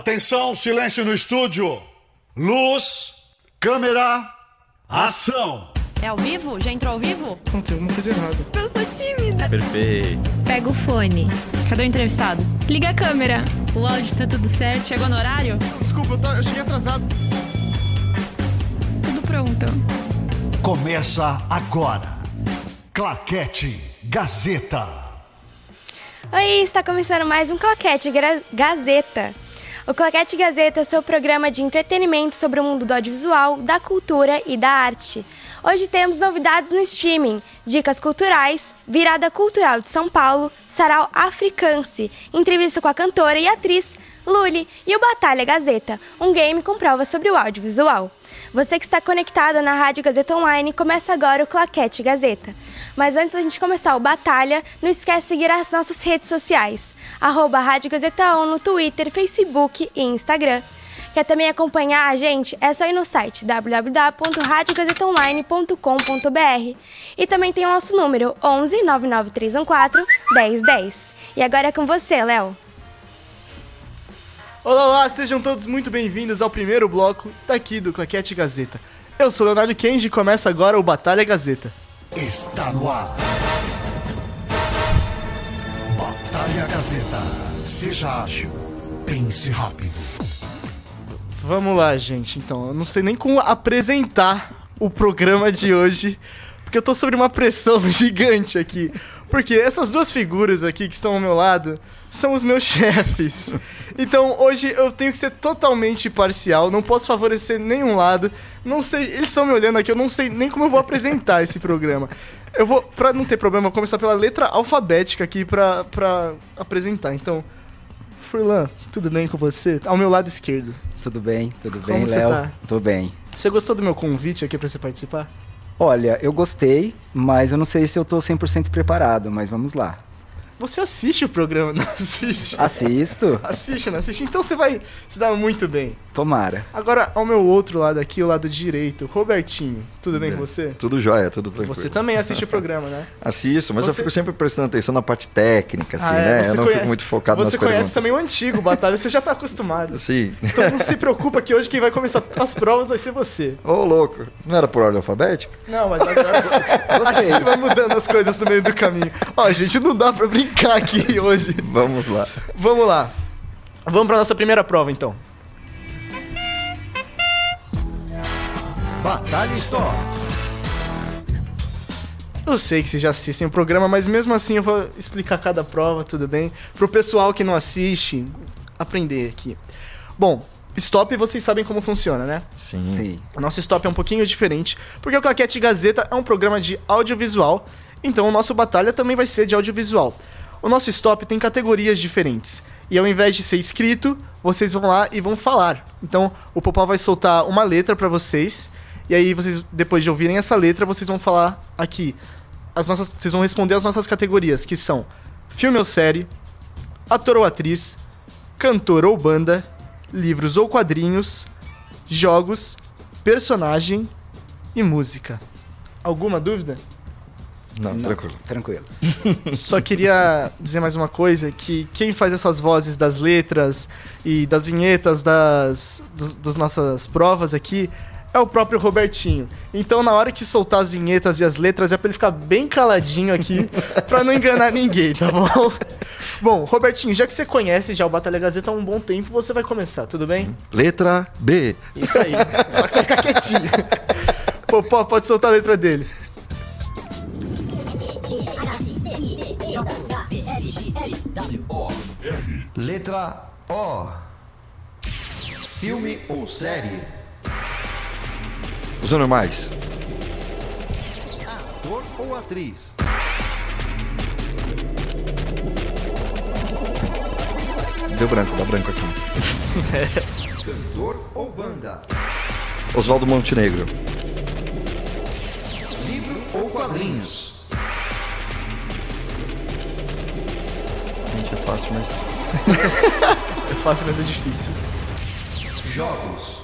Atenção, silêncio no estúdio. Luz, câmera, ação. É ao vivo? Já entrou ao vivo? Não, tem alguma coisa errada. Eu sou tímida. Perfeito. Pega o fone. Cadê o entrevistado? Liga a câmera. O áudio tá tudo certo? Chegou no horário? Desculpa, eu, tô- eu cheguei atrasado. Tudo pronto. Começa agora. Claquete Gazeta. Oi, está começando mais um Claquete Gra- Gazeta. O Claquete Gazeta é o seu programa de entretenimento sobre o mundo do audiovisual, da cultura e da arte. Hoje temos novidades no streaming, dicas culturais, virada cultural de São Paulo, sarau africance, entrevista com a cantora e atriz Lully e o Batalha Gazeta, um game com provas sobre o audiovisual. Você que está conectado na Rádio Gazeta Online, começa agora o Claquete Gazeta. Mas antes da gente começar o Batalha, não esquece de seguir as nossas redes sociais. Arroba Rádio Gazeta On no Twitter, Facebook e Instagram. Quer também acompanhar a gente? É só ir no site www.radiogazetaonline.com.br E também tem o nosso número 11 99314 1010. E agora é com você, Léo. Olá, olá, sejam todos muito bem-vindos ao primeiro bloco daqui do Claquete Gazeta. Eu sou Leonardo Kenji e começa agora o Batalha Gazeta. Está no ar. Batalha Gazeta. Seja ágil. Pense rápido. Vamos lá, gente. Então, eu não sei nem como apresentar o programa de hoje, porque eu tô sobre uma pressão gigante aqui. Porque essas duas figuras aqui que estão ao meu lado são os meus chefes. Então, hoje eu tenho que ser totalmente parcial, não posso favorecer nenhum lado. Não sei, eles estão me olhando aqui, eu não sei nem como eu vou apresentar esse programa. Eu vou, pra não ter problema, eu vou começar pela letra alfabética aqui pra, pra apresentar. Então, Furlan, tudo bem com você? Ao meu lado esquerdo. Tudo bem, tudo Como bem, você Léo? tá? Tô bem. Você gostou do meu convite aqui pra você participar? Olha, eu gostei, mas eu não sei se eu tô 100% preparado, mas vamos lá. Você assiste o programa, não assiste? Assisto? Assiste, não assiste? Então você vai se dar muito bem. Tomara. Agora, ao meu outro lado aqui, o lado direito, Robertinho, tudo bem com você? Tudo jóia, tudo tranquilo. Você também assiste o programa, né? Assisto, mas eu Você- é, fico sempre prestando atenção na parte técnica, assim, né? Eu não fico muito focado Você nas Ah, conhece perguntas. também o antigo Batalha, você já tá acostumado. Sim. Então não se preocupa que hoje quem vai começar as provas vai ser você. Ô, louco. Não era por ordem alfabética? Não, mas agora a gente vai mudando as coisas no meio do caminho. Ó, gente, não dá pra brincar aqui hoje. Vamos lá. Vamos lá. Vamos pra nossa primeira prova, então. Batalha Store. Eu sei que vocês já assistem o programa, mas mesmo assim eu vou explicar cada prova, tudo bem? Pro pessoal que não assiste, aprender aqui. Bom, stop vocês sabem como funciona, né? Sim. Sim. O nosso stop é um pouquinho diferente, porque o Claquete Gazeta é um programa de audiovisual, então o nosso batalha também vai ser de audiovisual. O nosso stop tem categorias diferentes. E ao invés de ser escrito, vocês vão lá e vão falar. Então, o Popó vai soltar uma letra pra vocês, e aí vocês depois de ouvirem essa letra, vocês vão falar aqui. As nossas, vocês vão responder as nossas categorias, que são filme ou série, ator ou atriz, cantor ou banda, livros ou quadrinhos, jogos, personagem e música. Alguma dúvida? Não, Não, tranquilo. Tranquilo. Só queria dizer mais uma coisa, que quem faz essas vozes das letras e das vinhetas das dos, das nossas provas aqui é o próprio Robertinho. Então na hora que soltar as vinhetas e as letras é pra ele ficar bem caladinho aqui pra não enganar ninguém, tá bom? Bom, Robertinho, já que você conhece já o Batalha Gazeta há um bom tempo, você vai começar, tudo bem? Letra B. Isso aí. Só que você fica quietinho. Popó, pode soltar a letra dele. Letra O. Filme ou série? Os normais. Ator ou atriz? Deu branco, dá branco aqui. Cantor ou banda? Oswaldo Montenegro. Livro ou quadrinhos? Gente, é fácil, mas. É fácil, mas é difícil. Jogos.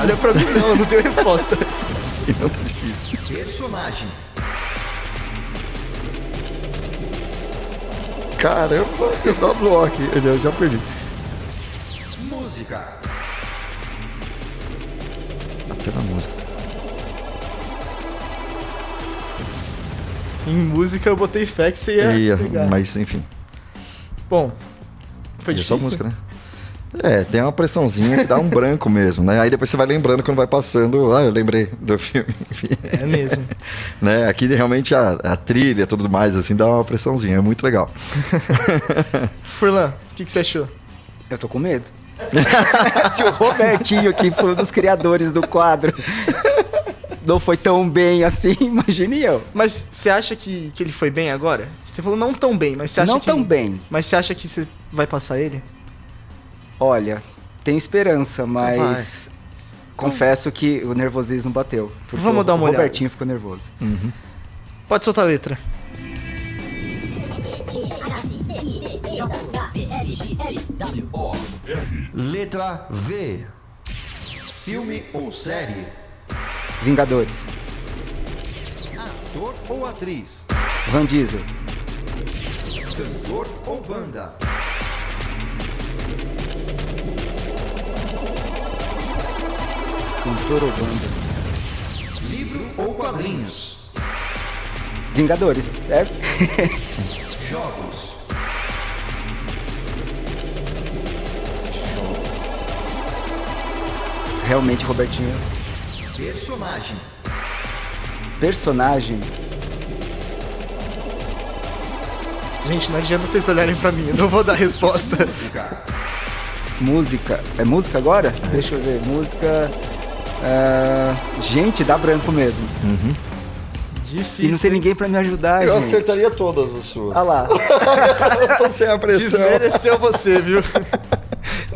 Olha pra mim, não, não tenho resposta. tá Personagem. Caramba, eu dou bloco aqui. Eu já- eu já perdi. Música. Até na música. Em música eu botei fé que você ia. Ia, pegar. mas enfim. Bom, foi é difícil. só música, né? É, tem uma pressãozinha que dá um branco mesmo, né? Aí depois você vai lembrando quando vai passando. Ah, eu lembrei do filme. enfim. É mesmo. né? Aqui realmente a, a trilha tudo mais, assim, dá uma pressãozinha. É muito legal. Furlan, o que, que você achou? Eu tô com medo. Se o Robertinho, que foi um dos criadores do quadro, não foi tão bem assim, imagine eu. Mas você acha que, que ele foi bem agora? Você falou não tão bem, mas você acha Não que... tão bem. Mas você acha que você vai passar ele? Olha, tenho esperança, Então mas confesso que o nervosismo bateu. porque Vamos o dar uma olhada. Robertinho ficou nervoso. Pode soltar a letra. Letra V. Filme ou série? Vingadores. Ator ou atriz? Van Diesel. Cantor ou banda? Cantor ou banda? Livro ou quadrinhos? Vingadores, certo? Jogos. Realmente, Robertinho. Personagem. Personagem. Gente, não adianta vocês olharem pra mim, eu não vou dar resposta. Música. É música agora? Deixa eu ver. Música. ah, gente, dá branco mesmo. Difícil. E não tem ninguém pra me ajudar, Eu gente. acertaria todas as suas. Ah lá. eu tô sem a pressão. Desmereceu você, viu?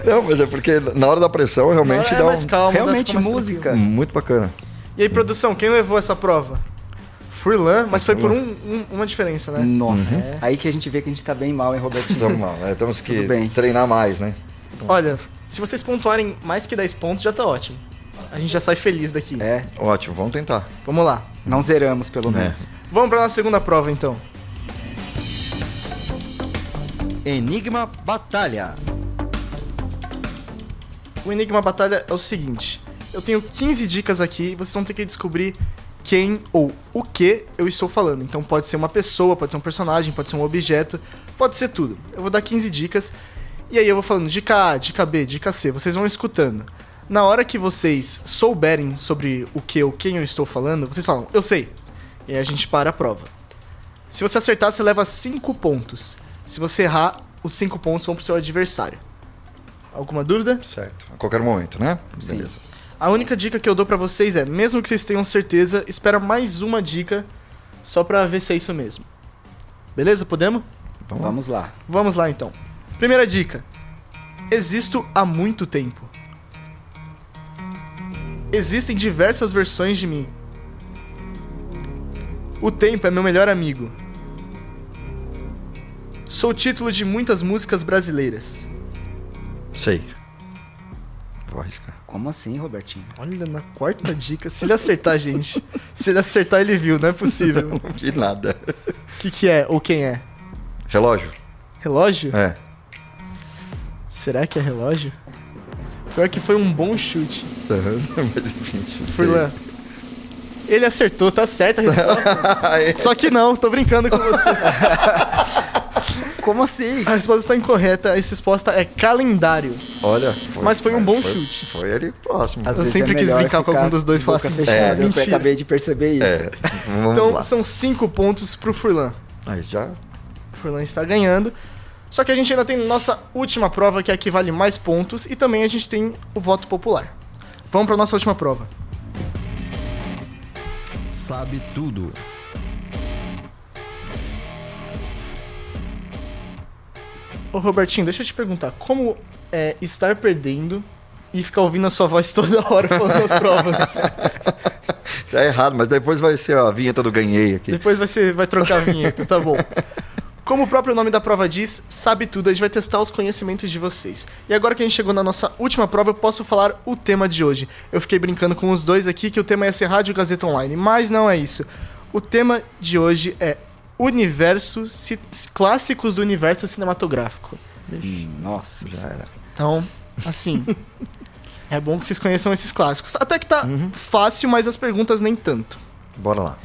Não, mas é porque na hora da pressão realmente Agora é dá um... mais calmo, Então, Realmente dá pra ficar mais música. Muito bacana. tranquilo. E aí, produção, quem levou essa prova? Furlan, mas foi por um- um- uma diferença, né? Nossa. Aí que a gente vê que a gente tá bem mal, hein, Robertinho? Tamo mal, né? Temos que Tudo bem. treinar mais, né? Olha, se vocês pontuarem mais que 10 pontos, já tá ótimo. A gente já sai feliz daqui. é. Ótimo, vamos tentar. Vamos lá. Não zeramos, pelo É. menos. Tá Vamos pra nossa segunda prova, então. Enigma Batalha. O Enigma Batalha é o seguinte: eu tenho 15 dicas aqui e vocês vão ter que descobrir quem ou o que eu estou falando. Então pode ser uma pessoa, pode ser um personagem, pode ser um objeto, pode ser tudo. Eu vou dar 15 dicas e aí eu vou falando dica A, dica B, dica C. Vocês vão escutando. Na hora que vocês souberem sobre o que ou quem eu estou falando, vocês falam, eu sei. E aí a gente para a prova. Se você acertar, você leva 5 pontos. Se você errar, os 5 pontos vão pro seu adversário. Alguma dúvida? Certo. A qualquer momento, né? Beleza. A única dica que eu dou pra vocês é, mesmo que vocês tenham certeza, espera mais uma dica só pra ver se é isso mesmo. Beleza? Podemos? Vamos lá. Vamos lá. Vamos lá então. Primeira dica. Existo há muito tempo. Existem diversas versões de mim. O tempo é meu melhor amigo. Sou título de muitas músicas brasileiras. Sei. Vou arriscar. Como assim, Robertinho? Olha, na quarta dica, se ele acertar, gente. Se ele acertar, ele viu, não é possível. Não vi nada. O que, que é ou quem é? Relógio? Relógio? É. Será que é relógio? Pior que foi um bom chute. Aham, Mas enfim. chutei. Furlan. Ele acertou, tá certa a resposta. Aê. Só que não, tô brincando com você. Como assim? A resposta está incorreta, a resposta é calendário. Olha. Mas foi um mas bom foi- chute. Foi ali próximo. Às Eu vezes é sempre quis melhor brincar com ficar algum dos dois e falar boca assim, fechada, "É, porque eu mentira." acabei de perceber isso. É. Vamos Então lá. são cinco pontos pro Furlan. Mas já. O Furlan está ganhando. Só que a gente ainda tem nossa última prova, que é a que vale mais pontos, e também a gente tem o voto popular. Vamos pra nossa última prova. Sabe tudo. Ô Robertinho, deixa eu te perguntar, como é estar perdendo e ficar ouvindo a sua voz toda hora falando as provas? Tá errado, mas depois vai ser a vinheta do ganhei aqui. Depois vai, ser, vai trocar a vinheta, tá bom. Como o próprio nome da prova diz, sabe tudo, a gente vai testar os conhecimentos de vocês. E agora que a gente chegou na nossa última prova, eu posso falar o tema de hoje. Eu fiquei brincando com os dois aqui que o tema ia ser Rádio Gazeta Online, mas não é isso. O tema de hoje é universo ci- clássicos do universo cinematográfico. É. Nossa. Já era. Então, assim, é bom que vocês conheçam esses clássicos. Até que tá fácil, mas as perguntas nem tanto. Bora lá.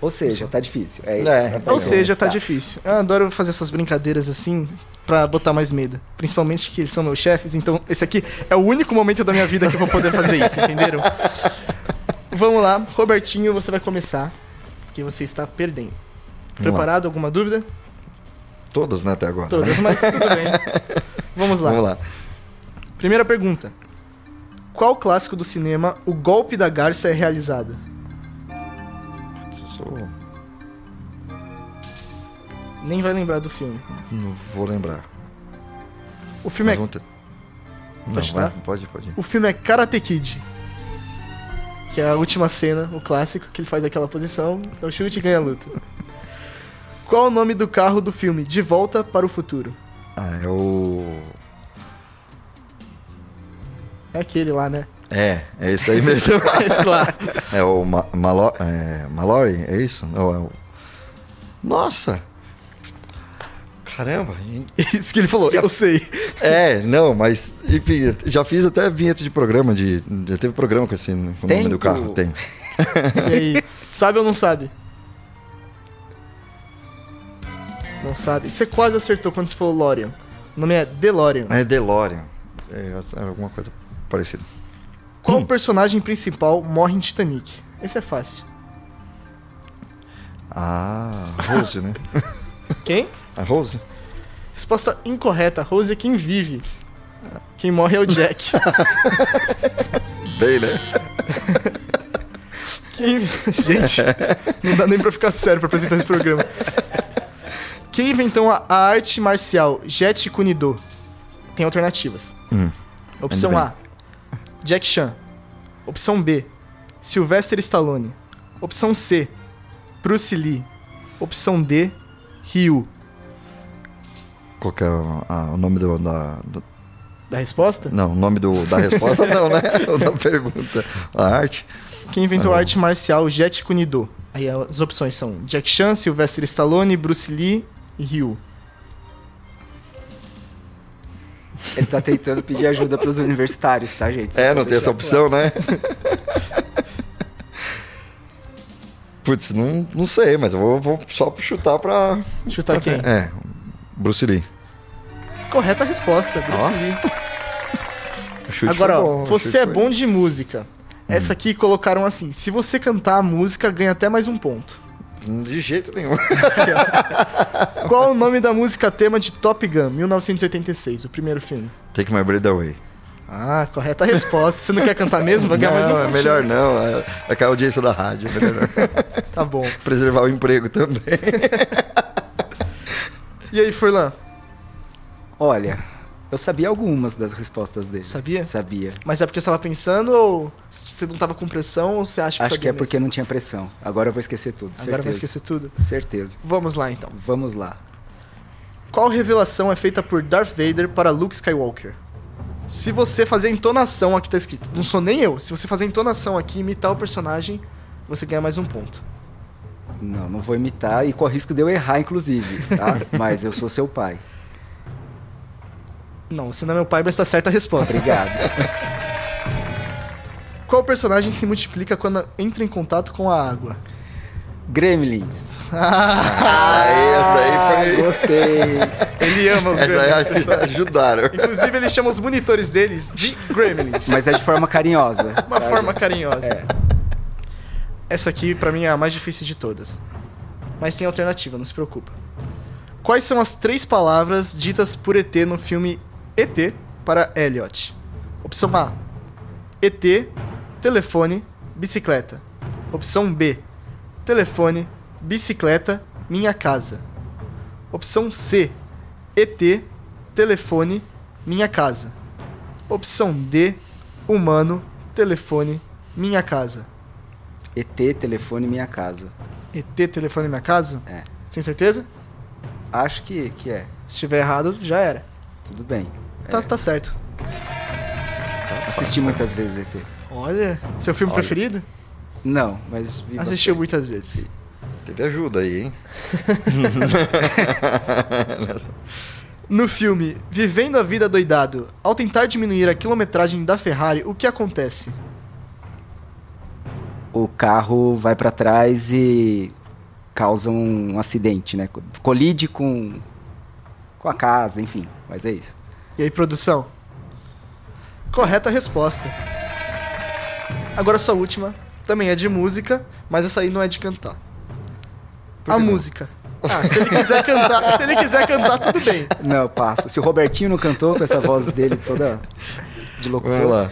Ou seja, tá difícil. É isso. É, né? Tá Ou bom. seja, tá, difícil. Eu adoro fazer essas brincadeiras assim pra botar mais medo. Principalmente que eles são meus chefes, então esse aqui é o único momento da minha vida que eu vou poder fazer isso, entenderam? Vamos lá, Robertinho, você vai começar, porque você está perdendo. lá. Preparado? Alguma dúvida? Todas, né, até agora. né? Todas, mas tudo bem. Vamos lá. Vamos lá. Primeira pergunta. Qual clássico do cinema O Golpe da Garça é realizado? Eu sou- Nem vai lembrar do filme. Não vou lembrar. O filme é, Mas vamos ter- Não, Pode vai, dar? pode, pode. ir. o filme é Karate Kid. Que é a última cena, o clássico, que ele faz aquela posição, dá o chute e ganha a luta. Qual o nome do carro do filme De Volta para o Futuro? Ah, é o. É aquele lá, né? É, é esse daí mesmo. Esse lá. é o Ma Malo é, Mallory, é isso? Não, é o... Nossa! Caramba! hein? Isso que ele falou, eu sei. É, não, mas, enfim, já fiz até vinheta de programa, de, já teve programa com esse com o Tem nome do do- carro, tem. E aí, sabe ou não sabe? Não sabe. Você quase acertou quando você falou Lorian. O nome é DeLorean. É DeLorean, é, era alguma coisa parecida. Qual Hum. personagem principal morre em Titanic? Esse é fácil. Ah, Rose, né? Quem? A Rose? Resposta incorreta. Rose é quem vive. Quem morre é o Jack. Bem, né? Quem... Gente, não dá nem pra ficar sério pra apresentar esse programa. Quem inventou a a arte marcial Jet Kunido? Tem alternativas. Hum. Opção Ainda A, Jack Chan. Opção B, Sylvester Stallone. Opção C, Bruce Lee. Opção D, Ryu. Qual que é o, ah, o nome do, da, do- Da resposta? Não, o nome do, da resposta não, né? O da pergunta. A arte. Quem inventou a arte marcial Jet Kunido? Aí as opções são Jack Chan, Sylvester Stallone, Bruce Lee e Ryu. Ele tá tentando pedir ajuda pros universitários, tá, gente? Só É, pra não tem essa deixar opção, né? Putz, não, não sei, mas eu vou, vou só chutar pra. Chutar quem? É, Bruce Lee. Correta resposta, Bruce Ó. Lee. O chute Agora, foi ó, bom, o chute você é foi- bom de música. Essa aqui colocaram assim: se você cantar a música, ganha até mais um ponto. De jeito nenhum. Qual o nome da música tema de Top Gun, 1986, o primeiro filme? Take my breath away. Ah, correta resposta. Você não quer cantar mesmo? Vai ganhar mais um Não, é ponto. melhor não. é- Vai cair a audiência da rádio. é melhor não. Tá bom. Preservar o emprego também. E aí, Furlan? Olha, eu sabia algumas das respostas dele. Sabia? Sabia. Mas é porque você tava pensando ou você não tava com pressão ou você acha que Acho sabia que é mesmo? porque não tinha pressão. Agora eu vou esquecer tudo. Agora eu vou certeza. esquecer tudo. Certeza. Vamos lá então. Vamos lá. Qual revelação é feita por Darth Vader para Luke Skywalker? Se você fazer a entonação aqui tá escrito. Não sou nem eu. Se você fazer a entonação aqui e imitar o personagem, você ganha mais um ponto. Não, não vou imitar e com o risco de eu errar, inclusive, tá? Mas eu sou seu pai. Não, você não é meu pai, mas tá certa a resposta. Obrigado. Qual personagem se multiplica quando entra em contato com a água? Gremlins. Ah, Ah, essa aí foi. Gostei. Ele ama os Essa é aí gremlins. aj- pessoal. ajudaram. Inclusive, ele chama os monitores deles de gremlins. Mas é de forma carinhosa. Uma tá? forma carinhosa. É. Essa aqui, pra mim, é a mais difícil de todas. Mas tem alternativa, não se preocupa. Quais são as três palavras ditas por ET no filme ET para Elliot? Opção A: ET, telefone, bicicleta. Opção B: telefone, bicicleta, minha casa. Opção C: ET, telefone, minha casa. Opção D: humano, telefone, minha casa. ET, telefone, minha casa. ET telefone minha casa? É. Tem certeza? Acho que, que é. Se estiver errado, já era. Tudo bem. Tá, tá certo. Assisti muitas vezes ET. Olha, seu filme preferido? Não, mas Assistiu vi bastante. muitas vezes. Teve ajuda aí, hein? No filme Vivendo a Vida Doidado, ao tentar diminuir a quilometragem da Ferrari, o que acontece? O carro vai pra trás e causa um acidente, né? Co- Colide com, com a casa, enfim. Mas é isso. E aí, produção? Correta resposta. Agora sua última, também é de música, mas essa aí não é de cantar. A música. Ah, se ele quiser cantar, se ele quiser cantar, tudo bem. Não, eu passo. Se o Robertinho não cantou com essa voz dele toda de Vamos locutor, lá.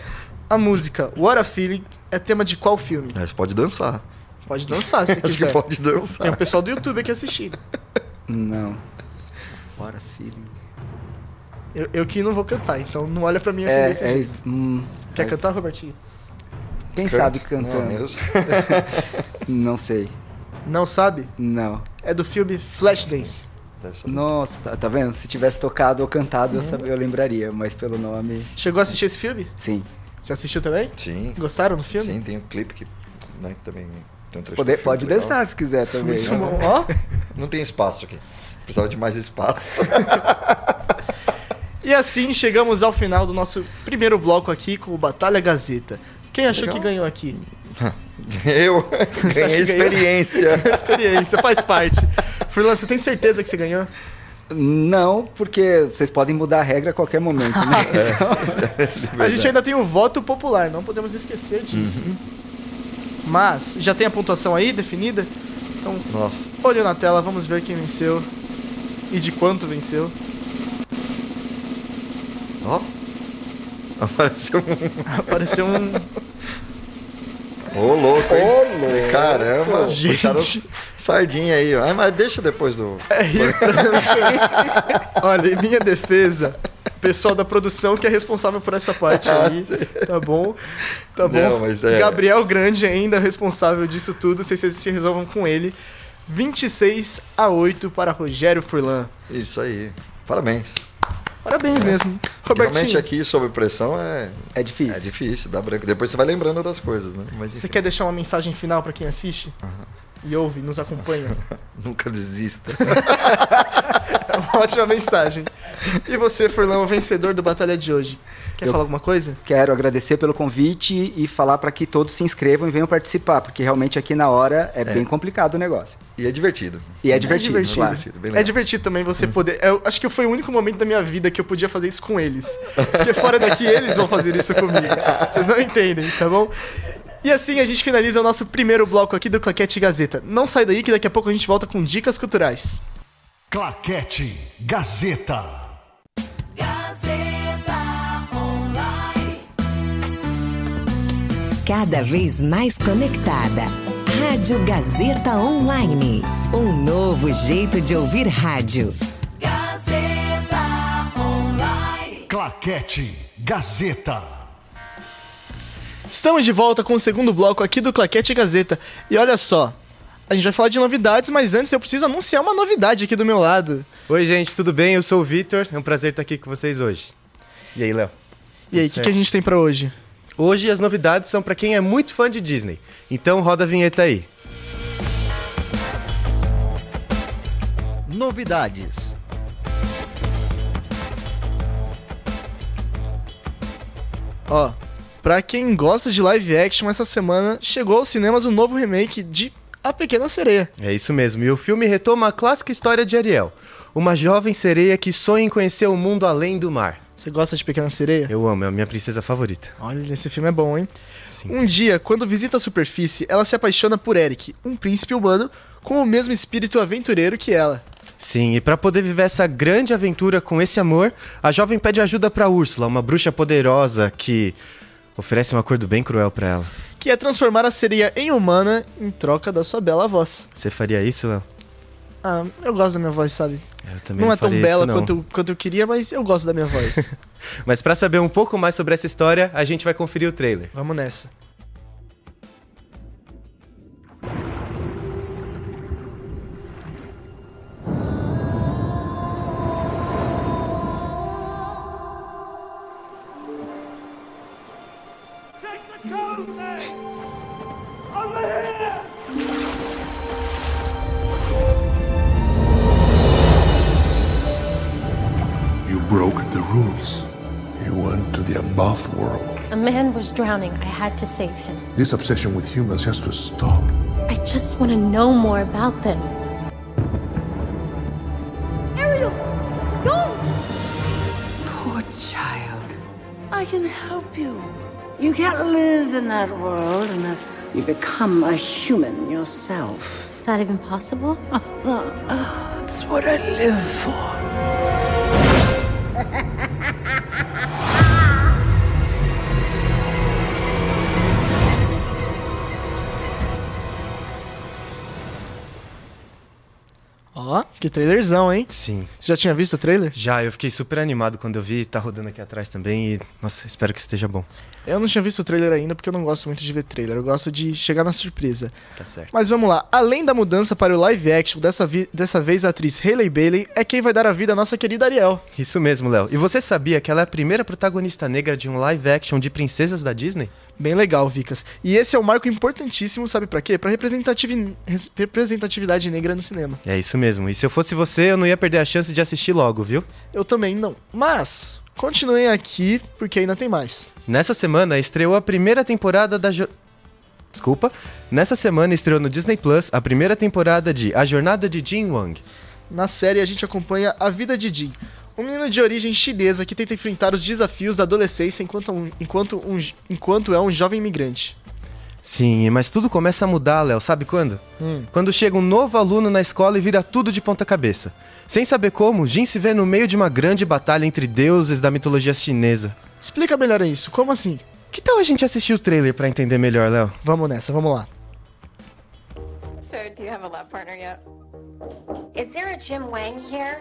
A música What a Feeling é tema de qual filme? Mas pode dançar. Pode dançar se Acho que quiser. pode Tem o dançar. pessoal do YouTube aqui assistindo. não. Bora, filho. Eu, eu que não vou cantar, então não olha pra mim assim É, desse é, jeito. hum, Quer cantar, Robertinho? quem sabe Não, cantando? mesmo. Não sei. Não sabe? Não. É do filme Flashdance. Deve ser- Nossa, tá, tá vendo? Se tivesse tocado ou cantado, Uhum. eu, sabia, eu lembraria, mas pelo nome, Chegou a assistir esse filme? sim. Você assistiu também? Sim. Gostaram do filme? Sim, tem um clipe que, né, que também tem um trecho Poder- do filme pode legal. dançar se quiser também. Muito bom. Ó. Não tem espaço aqui. Precisava de mais espaço. E assim chegamos ao final do nosso primeiro bloco aqui com o Batalha Gazeta. Quem achou Legal. que ganhou aqui? Eu acha que ganhei ganhou? experiência. Experiência, faz parte. Furlan, você tem certeza que você ganhou? Não, porque vocês podem mudar a regra a qualquer momento, né? A gente ainda tem o voto popular, não podemos esquecer disso. Mas, já tem a pontuação aí definida? Então, Nossa, olho na tela, vamos ver quem venceu e de quanto venceu. ó. Apareceu um. Apareceu um. Ô, louco, hein? Ô, louco. Caramba, Gente. puxaram sardinha aí. ó. Ah, mas deixa depois do. Olha, em minha defesa, pessoal da produção que é responsável por essa parte aí, tá bom? Tá bom. Ah, Não, mas é- Gabriel Grande ainda é responsável disso tudo, vocês se resolvam com ele. 26 a 8 para Rogério Furlan. Isso aí. Parabéns. Parabéns mesmo. É. Realmente Robertinho, aqui, sob pressão, é, É é difícil. difícil, dá branco. Depois você vai lembrando das coisas, né? Mas você enfim, quer deixar uma mensagem final pra quem assiste? E ouve, nos acompanha. nunca desista. É uma ótima mensagem. E você, Furlan, o vencedor do Batalha de hoje. Quer Eu- falar alguma coisa? Quero agradecer pelo convite e falar para que todos se inscrevam e venham participar, porque realmente aqui na hora é, bem complicado o negócio. E é divertido. E é divertido, divertido. claro. bem É legal. divertido também você poder. Eu acho que foi o único momento da minha vida que eu podia fazer isso com eles. Porque fora daqui eles vão fazer isso comigo. Vocês não entendem, tá bom? E assim a gente finaliza o nosso primeiro bloco aqui do Claquete Gazeta. Não sai daí que daqui a pouco a gente volta com dicas culturais. Claquete Gazeta. Cada vez mais conectada. Rádio Gazeta Online. Um novo jeito de ouvir rádio. Claquete Gazeta. Estamos de volta com o segundo bloco aqui do Claquete Gazeta. E olha só, a gente vai falar de novidades, mas antes eu preciso anunciar uma novidade aqui do meu lado. Oi, gente, tudo bem? Eu sou o Vitor, é um prazer estar aqui com vocês hoje. E aí, Léo? E aí, o que, que a gente tem pra hoje? Hoje as novidades são para quem é muito fã de Disney, então roda a vinheta aí. Novidades. Ó, pra quem gosta de live action, essa semana chegou aos cinemas o novo remake de A Pequena Sereia. É isso mesmo, e o filme retoma a clássica história de Ariel, uma jovem sereia que sonha em conhecer o mundo além do mar. Você gosta de Pequena Sereia? Eu amo, é a minha princesa favorita. Olha, esse filme é bom, hein? Sim. Um dia, quando visita a superfície, ela se apaixona por Eric, um príncipe humano com o mesmo espírito aventureiro que ela. Sim, e para poder viver essa grande aventura com esse amor, a jovem pede ajuda para Úrsula, uma bruxa poderosa que oferece um acordo bem cruel para ela. Que é transformar a sereia em humana em troca da sua bela voz. Você faria isso, Léo? Ah, eu gosto da minha voz, sabe? Eu também Não, é tão faria bela isso, não. quanto, quanto eu queria, mas eu gosto da minha voz. Mas para saber um pouco mais sobre essa história, a gente vai conferir o trailer. Vamos nessa. You broke the rules. You went to the above world. A man was drowning. I had to save him. This obsession with humans has to stop. I just want to know more about them. Ariel, don't! Poor child. I can help you. You can't live in that world unless you become a human yourself. Is that even possible? That's what I live for. Ó, que trailerzão, hein? Sim. Você já tinha visto o trailer? Já, eu fiquei super animado quando eu vi, tá rodando aqui atrás também e, nossa, espero que esteja bom. Eu não tinha visto o trailer ainda porque eu não gosto muito de ver trailer. Eu gosto de chegar na surpresa. Tá certo. Mas vamos lá. Além da mudança para o live action, dessa, vi- dessa vez a atriz Hailey Bailey é quem vai dar a vida à nossa querida Ariel. Isso mesmo, Léo. E você sabia que ela é a primeira protagonista negra de um live action de princesas da Disney? Bem legal, Vicas. E esse é um marco importantíssimo, sabe pra quê? Pra representativi- res- representatividade negra no cinema. É isso mesmo. E se eu fosse você, eu não ia perder a chance de assistir logo, viu? Eu também não. Mas, continuem aqui, porque ainda tem mais. Nessa semana estreou a primeira temporada da jo... Desculpa. Nessa semana estreou no Disney Plus a primeira temporada de A Jornada de Jin Wang. Na série, a gente acompanha a vida de Jin, um menino de origem chinesa que tenta enfrentar os desafios da adolescência enquanto, um- enquanto, um, j- enquanto é um jovem imigrante. Sim, mas tudo começa a mudar, Léo, sabe quando? Hum. Quando chega um novo aluno na escola e vira tudo de ponta cabeça. Sem saber como, Jin se vê no meio de uma grande batalha entre deuses da mitologia chinesa. Explica melhor isso, como assim? Que tal a gente assistir o trailer pra entender melhor, Léo? Vamos nessa, vamos lá. So, do you have a lab partner yet? Is there a Jim Wang here?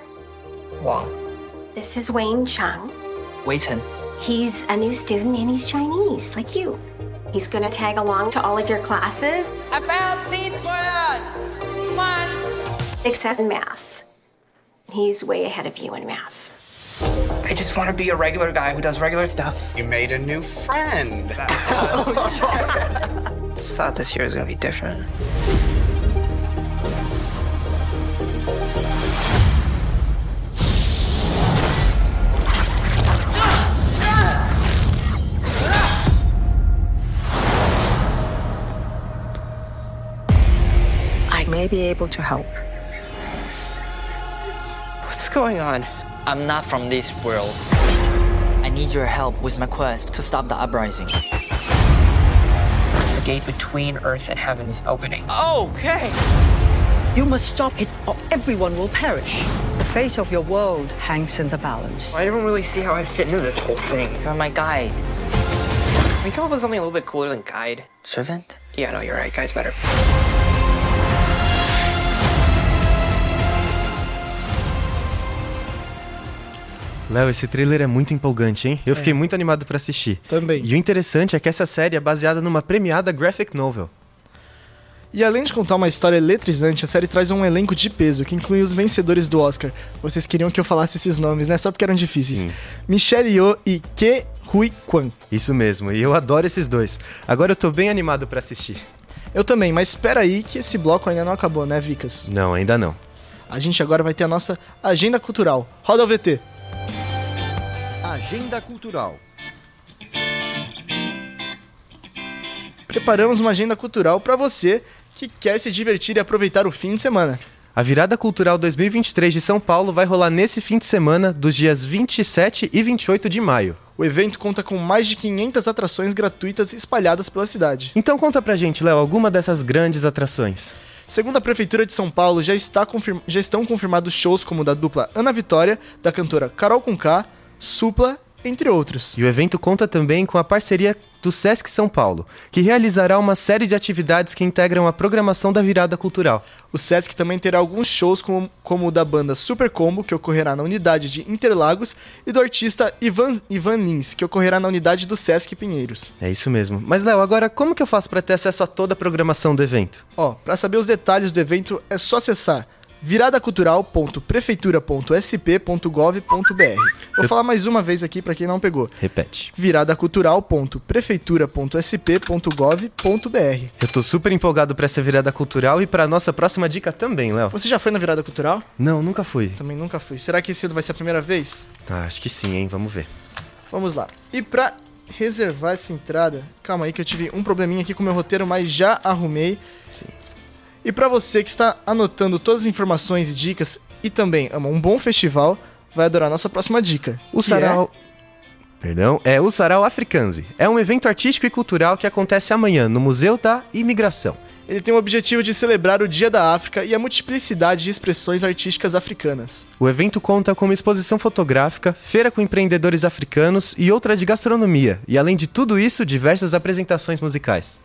Wong. This is Wayne Chung. Wei Chen. He's a new student and he's Chinese, like you. He's gonna tag along to all of your classes. I found seats for us! Come on! Except in math. He's way ahead of you in math. I just want to be a regular guy who does regular stuff. You made a new friend. just thought this year was going to be different. I may be able to help. What's going on? I'm not from this world. I need your help with my quest to stop the uprising. The gate between Earth and Heaven is opening. Okay! You must stop it, or everyone will perish. The fate of your world hangs in the balance. I don't really see how I fit into this whole thing. You're my guide. Can we come up with something a little bit cooler than guide? Servant? Yeah, no, you're right. Guide's better. Léo, esse trailer é muito empolgante, hein? Eu fiquei muito animado pra assistir. É. Também. E o interessante é que essa série é baseada numa premiada graphic novel. E além de contar uma história eletrizante, a série traz um elenco de peso, que inclui os vencedores do Oscar. Vocês queriam que eu falasse esses nomes, né? Só porque eram difíceis. Michelle Yeoh e Ke Hui Kwan. Isso mesmo, e eu adoro esses dois. Agora eu tô bem animado pra assistir. Eu também, mas espera aí que esse bloco ainda não acabou, né, Vicas? Não, ainda não. A gente agora vai ter a nossa agenda cultural. Roda o VT. Agenda Cultural. Preparamos uma agenda cultural pra você que quer se divertir e aproveitar o fim de semana. A Virada Cultural 2023 de São Paulo vai rolar nesse fim de semana, dos dias 27 e 28 de maio. O evento conta com mais de 500 atrações gratuitas espalhadas pela cidade. Então conta pra gente, Léo, alguma dessas grandes atrações. Segundo a Prefeitura de São Paulo, já, está confirm- já estão confirmados shows como o da dupla Ana Vitória, da cantora Carol Conká, Supla, entre outros. E o evento conta também com a parceria do Sesc São Paulo, que realizará uma série de atividades que integram a programação da Virada Cultural. O Sesc também terá alguns shows como, como o da banda Super Combo, que ocorrerá na unidade de Interlagos, e do artista Ivan, Ivan Lins, que ocorrerá na unidade do Sesc Pinheiros. É isso mesmo. Mas, Léo, agora como que eu faço pra ter acesso a toda a programação do evento? Ó, para saber os detalhes do evento é só acessar viradacultural.prefeitura.sp.gov.br. Vou falar mais uma vez aqui para quem não pegou. Repete. viradacultural.prefeitura.sp.gov.br. Eu tô super empolgado pra essa virada cultural e pra nossa próxima dica também, Léo. Você já foi na virada cultural? Não, nunca fui. Também nunca fui. Será que esse ano vai ser a primeira vez? Ah, acho que sim, hein? Vamos ver. Vamos lá. E pra reservar essa entrada, calma aí que eu tive um probleminha aqui com o meu roteiro, mas já arrumei. Sim. E pra você que está anotando todas as informações e dicas e também ama um bom festival, vai adorar a nossa próxima dica. O que é sarau. Perdão, é o Sarau Africanze. É um evento artístico e cultural que acontece amanhã no Museu da Imigração. Ele tem o objetivo de celebrar o Dia da África e a multiplicidade de expressões artísticas africanas. O evento conta com uma exposição fotográfica, feira com empreendedores africanos e outra de gastronomia, e além de tudo isso, diversas apresentações musicais.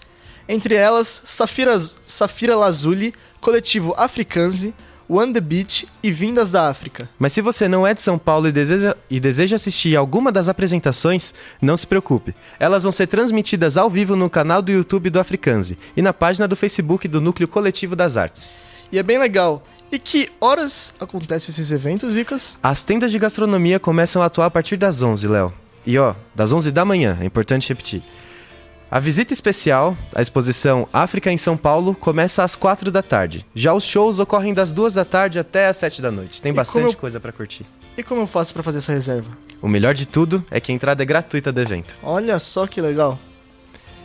Entre elas, Safira, Safira Lazuli, Coletivo Africanze, One The Beach e Vindas da África. Mas se você não é de São Paulo e deseja, e deseja assistir alguma das apresentações, não se preocupe. Elas vão ser transmitidas ao vivo no canal do YouTube do Africanze e na página do Facebook do Núcleo Coletivo das Artes. E é bem legal. E que horas acontecem esses eventos, Vicas? As tendas de gastronomia começam a atuar a partir das 11, Léo. E ó, das 11 da manhã, é importante repetir. A visita especial, a exposição África em São Paulo, começa às 4 da tarde. Já os shows ocorrem das 2 da tarde até às 7 da noite. Tem E bastante como eu- coisa pra curtir. E como eu faço pra fazer essa reserva? O melhor de tudo é que a entrada é gratuita do evento. Olha só que legal.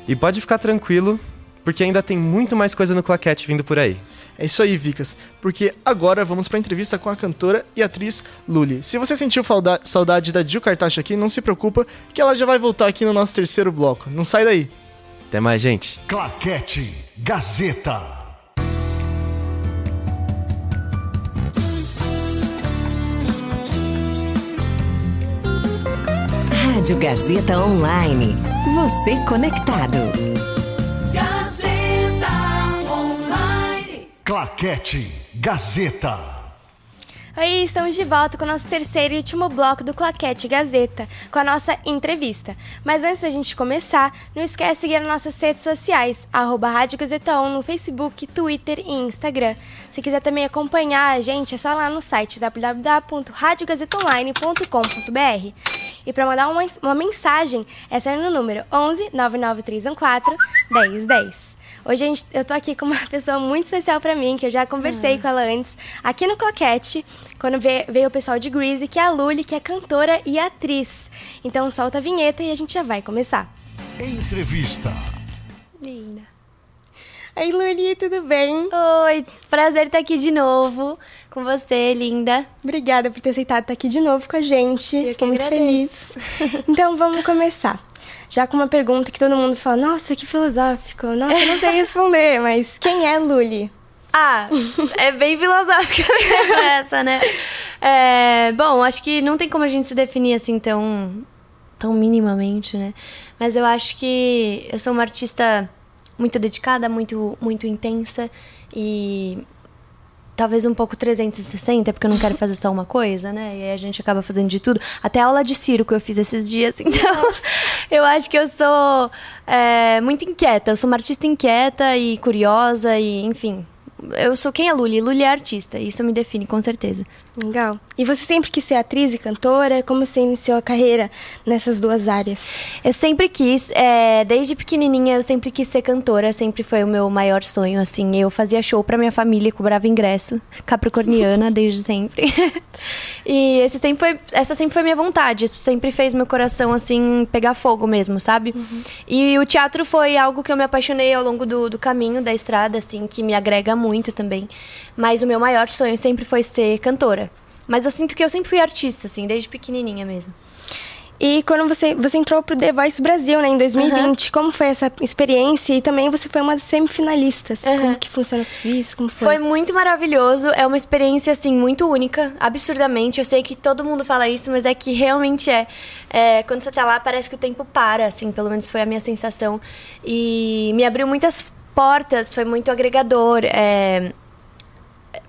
E pode ficar tranquilo, porque ainda tem muito mais coisa no claquete vindo por aí. É isso aí, Vicas, porque agora vamos pra entrevista com a cantora e atriz Luli. Se você sentiu falda- saudade da Gil Cartacho aqui, não se preocupa que ela já vai voltar aqui no nosso terceiro bloco. Não sai daí. Até mais, gente. Claquete Gazeta. Rádio Gazeta Online. Você conectado. Gazeta Online. Claquete Gazeta. Oi, estamos de volta com o nosso terceiro e último bloco do Claquete Gazeta, com a nossa entrevista. Mas antes da gente começar, não esquece de seguir as nossas redes sociais, arroba Rádio Gazeta On no Facebook, Twitter e Instagram. Se quiser também acompanhar a gente, é só lá no site www.radiogazetaonline.com.br. E para mandar uma, uma mensagem, é só ir no número 11 99314 1010. Hoje a gente- eu tô aqui com uma pessoa muito especial pra mim, que eu já conversei com ela antes, aqui no Cloquete, quando ve- veio o pessoal de Greasy, que é a Lully, que é cantora e atriz. Então solta a vinheta e a gente já vai começar. Entrevista. Linda. Oi, Lully, tudo bem? Oi, prazer estar aqui de novo com você, linda. Obrigada por ter aceitado estar aqui de novo com a gente. Eu Fico muito feliz. Então vamos começar. Já com uma pergunta que todo mundo fala, nossa, que filosófico, nossa, eu não sei responder, mas quem é Lully? Ah, é bem filosófica mesmo essa, né? É, bom, acho que não tem como a gente se definir assim tão, tão minimamente, né? Mas eu acho que eu sou uma artista muito dedicada, muito, muito intensa e talvez um pouco 360, porque eu não quero fazer só uma coisa, né? E aí a gente acaba fazendo de tudo. Até aula de circo eu fiz esses dias, então eu acho que eu sou é, muito inquieta. Eu sou uma artista inquieta e curiosa e, enfim. Eu sou quem é Luli? Luli é artista, isso me define com certeza. Legal. E você sempre quis ser atriz e cantora? Como você iniciou a carreira nessas duas áreas? Eu sempre quis, é, desde pequenininha eu sempre quis ser cantora, sempre foi o meu maior sonho, assim. Eu fazia show pra minha família, e cobrava ingresso, capricorniana desde sempre. e esse sempre foi, essa sempre foi minha vontade, isso sempre fez meu coração, assim, pegar fogo mesmo, sabe? E o teatro foi algo que eu me apaixonei ao longo do, do caminho, da estrada, assim, que me agrega muito também. Mas o meu maior sonho sempre foi ser cantora. Mas eu sinto que eu sempre fui artista, assim, desde pequenininha mesmo. E quando você, você entrou pro The Voice Brasil, né, em 2020, como foi essa experiência? E também você foi uma das semifinalistas. Como que funciona tudo isso? Como foi? Foi muito maravilhoso, é uma experiência assim muito única, absurdamente. Eu sei que todo mundo fala isso, mas é que realmente é. É, quando você tá lá, parece que o tempo para, assim, pelo menos foi a minha sensação. E me abriu muitas portas, foi muito agregador. é,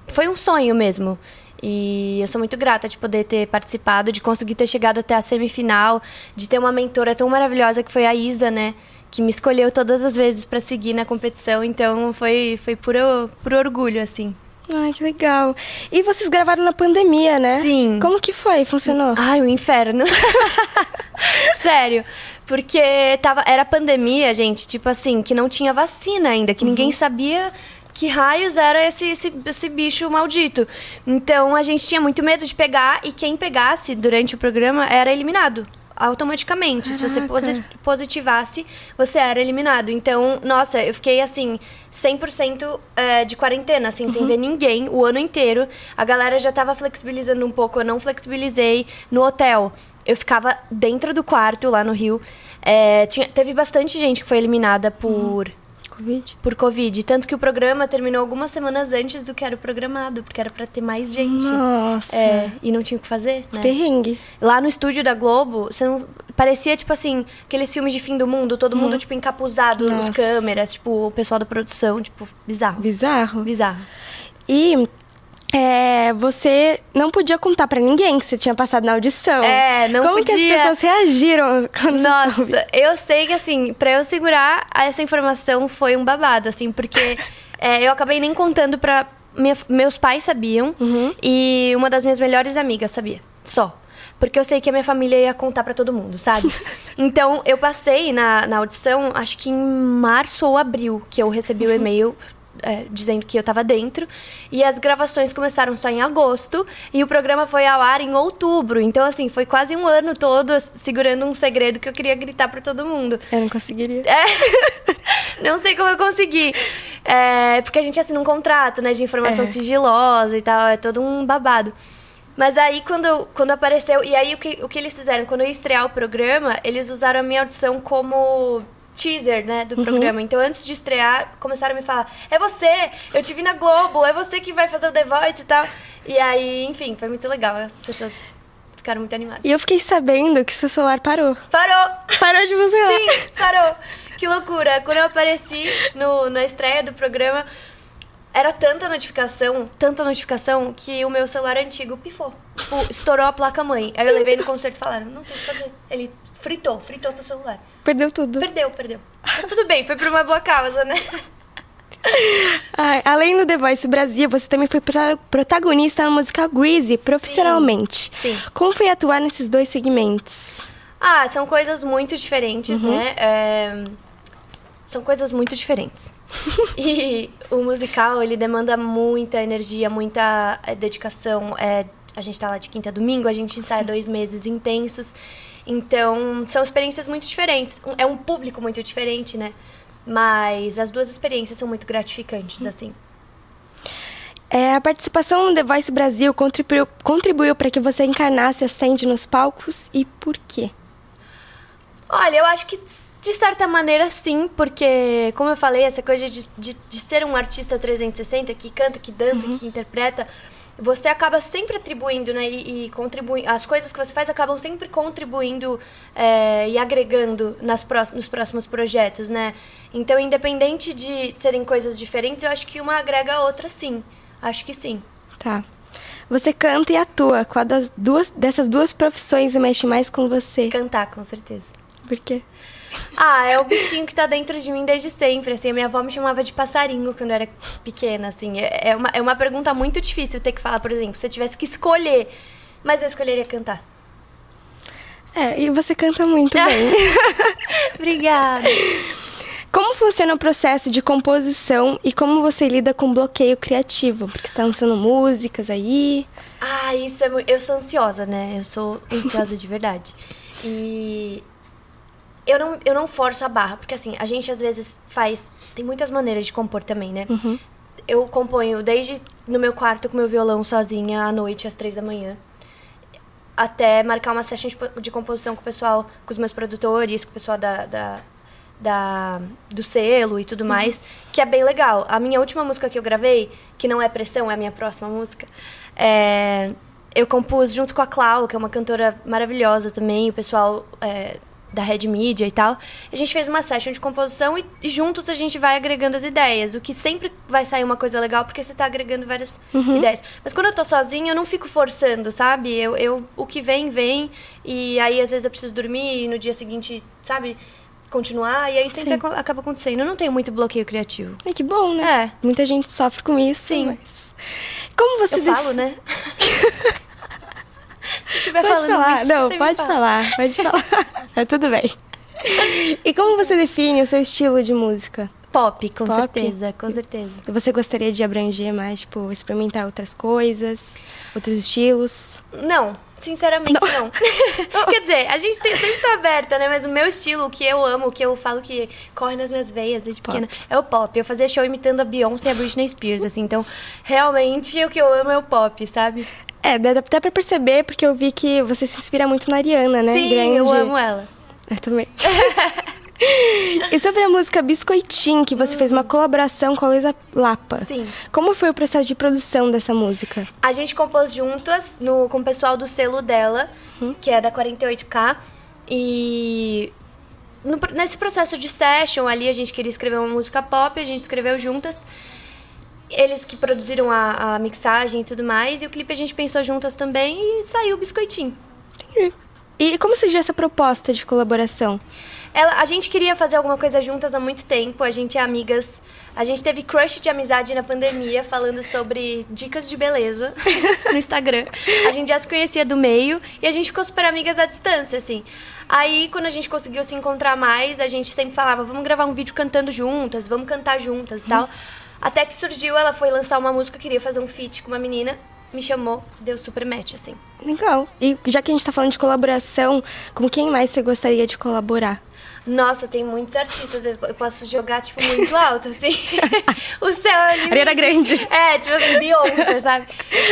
foi um sonho mesmo. E eu sou muito grata de poder ter participado, de conseguir ter chegado até a semifinal, de ter uma mentora tão maravilhosa que foi a Isa, né? Que me escolheu todas as vezes para seguir na competição. Então foi, foi puro, puro orgulho, assim. Ai, que legal. E vocês gravaram na pandemia, né? Sim. Como que foi? Funcionou? Ai, o inferno. Sério. Porque tava, era pandemia, gente, tipo assim, que não tinha vacina ainda, que Uhum. ninguém sabia que raios era esse, esse, esse bicho maldito. Então a gente tinha muito medo de pegar e quem pegasse durante o programa era eliminado. Automaticamente. Se você Caraca. posi- positivasse, você era eliminado. Então, nossa, eu fiquei assim, 100% é, de quarentena, assim, sem Uhum. ver ninguém o ano inteiro. A galera já tava flexibilizando um pouco, eu não flexibilizei no hotel. Eu ficava dentro do quarto lá no Rio. É, tinha- teve bastante gente que foi eliminada por. Covid? Por Covid. Tanto que o programa terminou algumas semanas antes do que era o programado, porque era pra ter mais gente. Nossa. É, e não tinha o que fazer, né? Perrengue. Lá no estúdio da Globo, você não- parecia, tipo assim, aqueles filmes de fim do mundo, todo mundo, tipo, encapuzado nas Uhum. Nossa. câmeras, tipo, o pessoal da produção, tipo, bizarro. Bizarro? Bizarro. E é, você não podia contar pra ninguém que você tinha passado na audição. É, não Como que podia. as pessoas reagiram quando você soube? Nossa, é, eu sei que assim, pra eu segurar essa informação foi um babado, assim, porque é, eu acabei nem contando pra. minha- meus pais sabiam e uma das minhas melhores amigas sabia. Só. Porque eu sei que a minha família ia contar pra todo mundo, sabe? então, eu passei na, na audição, acho que em março ou abril, que eu recebi o e-mail é, dizendo que eu tava dentro. E as gravações começaram só em agosto. E o programa foi ao ar em outubro. Então, assim, foi quase um ano todo as- segurando um segredo que eu queria gritar pra todo mundo. Eu não conseguiria. É, Não sei como eu consegui. É, porque a gente assina um contrato, né? De informação É. sigilosa e tal. É todo um babado. Mas aí, quando, quando apareceu... E aí, o que, o que eles fizeram? Quando eu ia estrear o programa, eles usaram a minha audição como teaser, né? Do Uhum. programa. Então, antes de estrear, começaram a me falar... É você! Eu te vi na Globo! É você que vai fazer o The Voice e tal. E aí, enfim, foi muito legal. As pessoas ficaram muito animadas. E eu fiquei sabendo que seu celular parou. Parou! Parou de você lá. Sim, parou. Que loucura. Quando eu apareci no, na estreia do programa, era tanta notificação, tanta notificação, que o meu celular antigo pifou. Tipo, estourou a placa-mãe. Aí eu levei no concerto e falaram, não tem o que fazer. Ele fritou, fritou seu celular. Perdeu tudo. Perdeu, perdeu. Mas tudo bem, foi por uma boa causa, né? Ai, além do The Voice Brasil, você também foi prota- protagonista no musical Greasy profissionalmente. sim. Como foi atuar nesses dois segmentos? Ah, são coisas muito diferentes, Uhum. né? É, São coisas muito diferentes. e o musical, ele demanda muita energia, muita é, dedicação. É, a gente tá lá de quinta a domingo, a gente ensaia dois meses intensos. Então, são experiências muito diferentes. Um- É um público muito diferente, né? Mas as duas experiências são muito gratificantes, assim. É, a participação no The Voice Brasil contribuiu, contribuiu para que você encarnasse a Sandy nos palcos e por quê? Olha, eu acho que de certa maneira sim, porque, como eu falei, essa coisa de, de, de ser um artista 360 que canta, que dança, que interpreta, você acaba sempre atribuindo, né? E, e contribuindo. As coisas que você faz acabam sempre contribuindo é, e agregando nas prós- nos próximos projetos, né? Então, independente de serem coisas diferentes, eu acho que uma agrega a outra sim. Acho que sim. Tá. Você canta e atua. Qual das duas, dessas duas profissões mexe mais com você? Cantar, com certeza. Por quê? Ah, é o bichinho que tá dentro de mim desde sempre, assim. A minha avó me chamava de passarinho quando eu era pequena, assim. É é uma, é uma pergunta muito difícil ter que falar, por exemplo, se eu tivesse que escolher. Mas eu escolheria cantar. É, e você canta muito bem. Obrigada. Como funciona o processo de composição e como você lida com bloqueio criativo? Porque você está lançando músicas aí. Ah, isso é muito... Eu sou ansiosa, né? Eu sou ansiosa de verdade. E... Eu não, eu não forço a barra, porque assim, a gente às vezes faz... Tem muitas maneiras de compor também, né? Eu componho desde no meu quarto com meu violão sozinha à noite, às três da manhã. Até marcar uma session de, po- de composição com o pessoal, com os meus produtores, com o pessoal da, da, da- do selo e tudo mais, que é bem legal. A minha última música que eu gravei, que não é Pressão, é a minha próxima música, é, eu compus junto com a Clau, que é uma cantora maravilhosa também, o pessoal é, da Red Media e tal. A gente fez uma session de composição e, e juntos a gente vai agregando as ideias, o que sempre vai sair uma coisa legal, porque você tá agregando várias Uhum. ideias. Mas quando eu tô sozinha, eu não fico forçando, sabe? Eu, eu, o que vem, vem, e aí às vezes eu preciso dormir e no dia seguinte, sabe? Continuar, e aí sempre Sim. aco- acaba acontecendo. Eu não tenho muito bloqueio criativo. É que bom, né? É. Muita gente sofre com isso. Sim. Como você Eu falo, né? Se tiver pode falando falar, muito, não, você me pode fala. falar, pode falar. Tá tudo bem. E como você define o seu estilo de música? Pop, com Pop? certeza, com certeza. Você gostaria de abranger mais, tipo, experimentar outras coisas, outros estilos? Não, sinceramente não. Quer dizer, a gente tem- sempre tá aberta, né? Mas o meu estilo, o que eu amo, o que eu falo que corre nas minhas veias desde pequena, é o pop. Eu fazia show imitando a Beyoncé e a Britney Spears, assim. Então, realmente, o que eu amo é o pop, sabe? É, dá até pra perceber, porque eu vi que você se inspira muito na Ariana, né? Sim, Grande. eu amo ela. Eu também. e sobre a música Biscoitinho, que você fez uma colaboração com a Luísa Lapa. Sim. Como foi o processo de produção dessa música? A gente compôs juntas no, com o pessoal do selo dela, que é da 48K. E no pro- nesse processo de session ali, a gente queria escrever uma música pop, a gente escreveu juntas. Eles que produziram a, a mixagem e tudo mais. E o clipe a gente pensou juntas também e saiu o Biscoitinho. E como surgiu essa proposta de colaboração? Ela, a gente queria fazer alguma coisa juntas há muito tempo, a gente é amigas. A gente teve crush de amizade na pandemia, falando sobre dicas de beleza no Instagram. A gente já se conhecia do meio e a gente ficou super amigas à distância, assim. Aí, quando a gente conseguiu se encontrar mais, a gente sempre falava: vamos gravar um vídeo cantando juntas, vamos cantar juntas e tal. Até que surgiu, ela foi lançar uma música, queria fazer um feat com uma menina, me chamou, deu super match, assim. Legal. E já que a gente tá falando de colaboração, com quem mais você gostaria de colaborar? Nossa, tem muitos artistas. Eu eu posso jogar, tipo, muito alto, assim. o céu é limite. Ariana Grande. É, tipo assim, Beyoncé, sabe?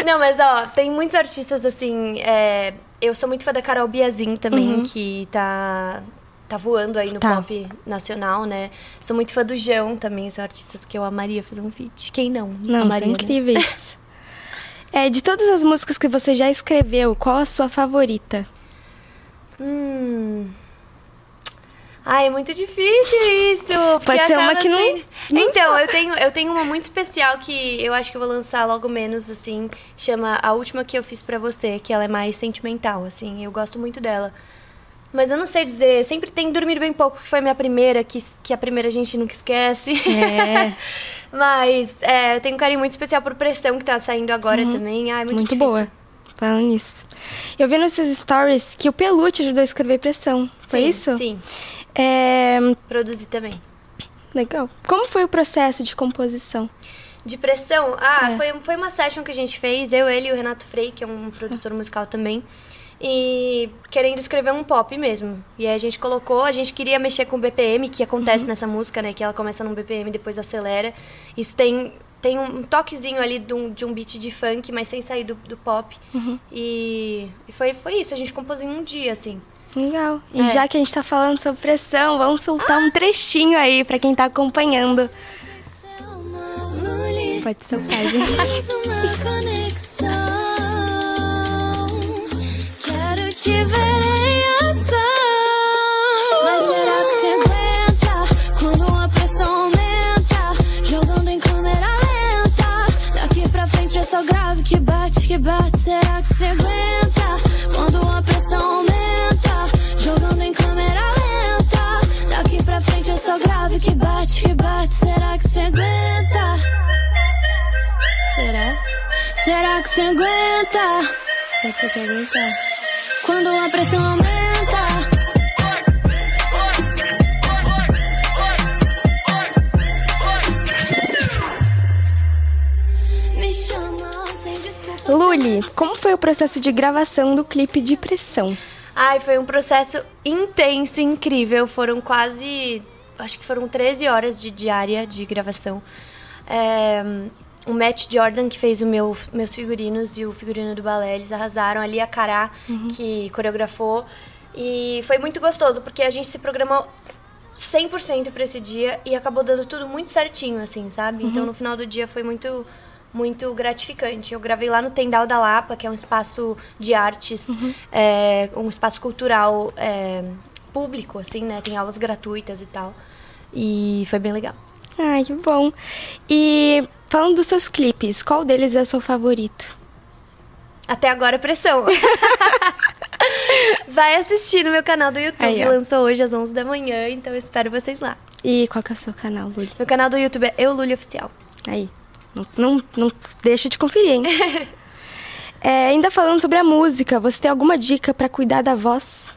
Não, mas ó, tem muitos artistas, assim. é, Eu sou muito fã da Carol Biazin também, Uhum. que tá. Tá voando aí no Tá. pop nacional, né? Sou muito fã do Jão também, são artistas que eu amaria fazer um feat. Quem não? Não, amaria, são né? incríveis. É, de todas as músicas que você já escreveu, qual a sua favorita? Hum. Ai, é muito difícil isso. porque Pode ser uma acaba que não- sendo- não Então, eu tenho, eu tenho uma muito especial que eu acho que eu vou lançar logo menos, assim. Chama A Última Que Eu Fiz Pra Você, que ela é mais sentimental, assim. Eu gosto muito dela. Mas eu não sei dizer. Sempre tem Dormir Bem Pouco, que foi minha primeira, que, que a primeira a gente nunca esquece. É. Mas é, eu tenho um carinho muito especial por Pressão, que tá saindo agora Uhum. também. Ai, é muito, Muito difícil. boa. Falando nisso. Eu vi nos seus stories que o Pelute ajudou a escrever pressão. Foi Sim, isso? Sim, É, produzi também. legal. Como foi o processo de composição? De pressão? Ah, É. foi, foi uma session que a gente fez, eu, ele e o Renato Frei, que é um produtor musical também. E querendo escrever um pop mesmo. E aí a gente colocou, a gente queria mexer com o BPM, que acontece nessa música, né? Que ela começa num BPM, depois acelera. Isso tem, tem um toquezinho ali de um, de um beat de funk, mas sem sair do, do pop. E, e foi, foi isso, a gente compôs em um dia, assim. Legal. E É. já que a gente tá falando sobre pressão, vamos soltar um trechinho aí pra quem tá acompanhando. Pode soltar, gente. Quero te ver em ação. Mas será que você aguenta quando a pressão aumenta? Jogando em câmera lenta. Daqui pra frente é só grave que bate, que bate. Será que você aguenta quando a pressão aumenta? Jogando em câmera lenta. Daqui pra frente é só grave que bate, que bate. Será que você aguenta? Será? Será que você aguenta? Vai ter que aguentar. Quando a pressão aumenta. Me chama sem desculpa. Luli, como foi o processo de gravação do clipe de pressão? Ai, foi um processo intenso, incrível. Foram quase. Acho que foram 13 horas de diária de gravação. É, o Matt Jordan, que fez o meu, meus figurinos e o figurino do balé, eles arrasaram. Ali a Cará, que coreografou. E foi muito gostoso, porque a gente se programou 100% pra esse dia e acabou dando tudo muito certinho, assim, sabe? Então Uhum. no final do dia foi muito muito gratificante. Eu gravei lá no Tendal da Lapa, que é um espaço de artes, é, um espaço cultural é, público, assim, né? Tem aulas gratuitas e tal. E foi bem legal. Ai, que bom. E falando dos seus clipes, qual deles é o seu favorito? Até agora, pressão. Vai assistir no meu canal do YouTube. Aí, ó. Então, Lançou hoje às 11 da manhã, então eu espero vocês lá. E qual que é o seu canal, Luli? Meu canal do YouTube é Eu Lully Oficial. Aí. Não, não deixa de conferir, hein? É, ainda falando sobre a música, você tem alguma dica pra cuidar da voz?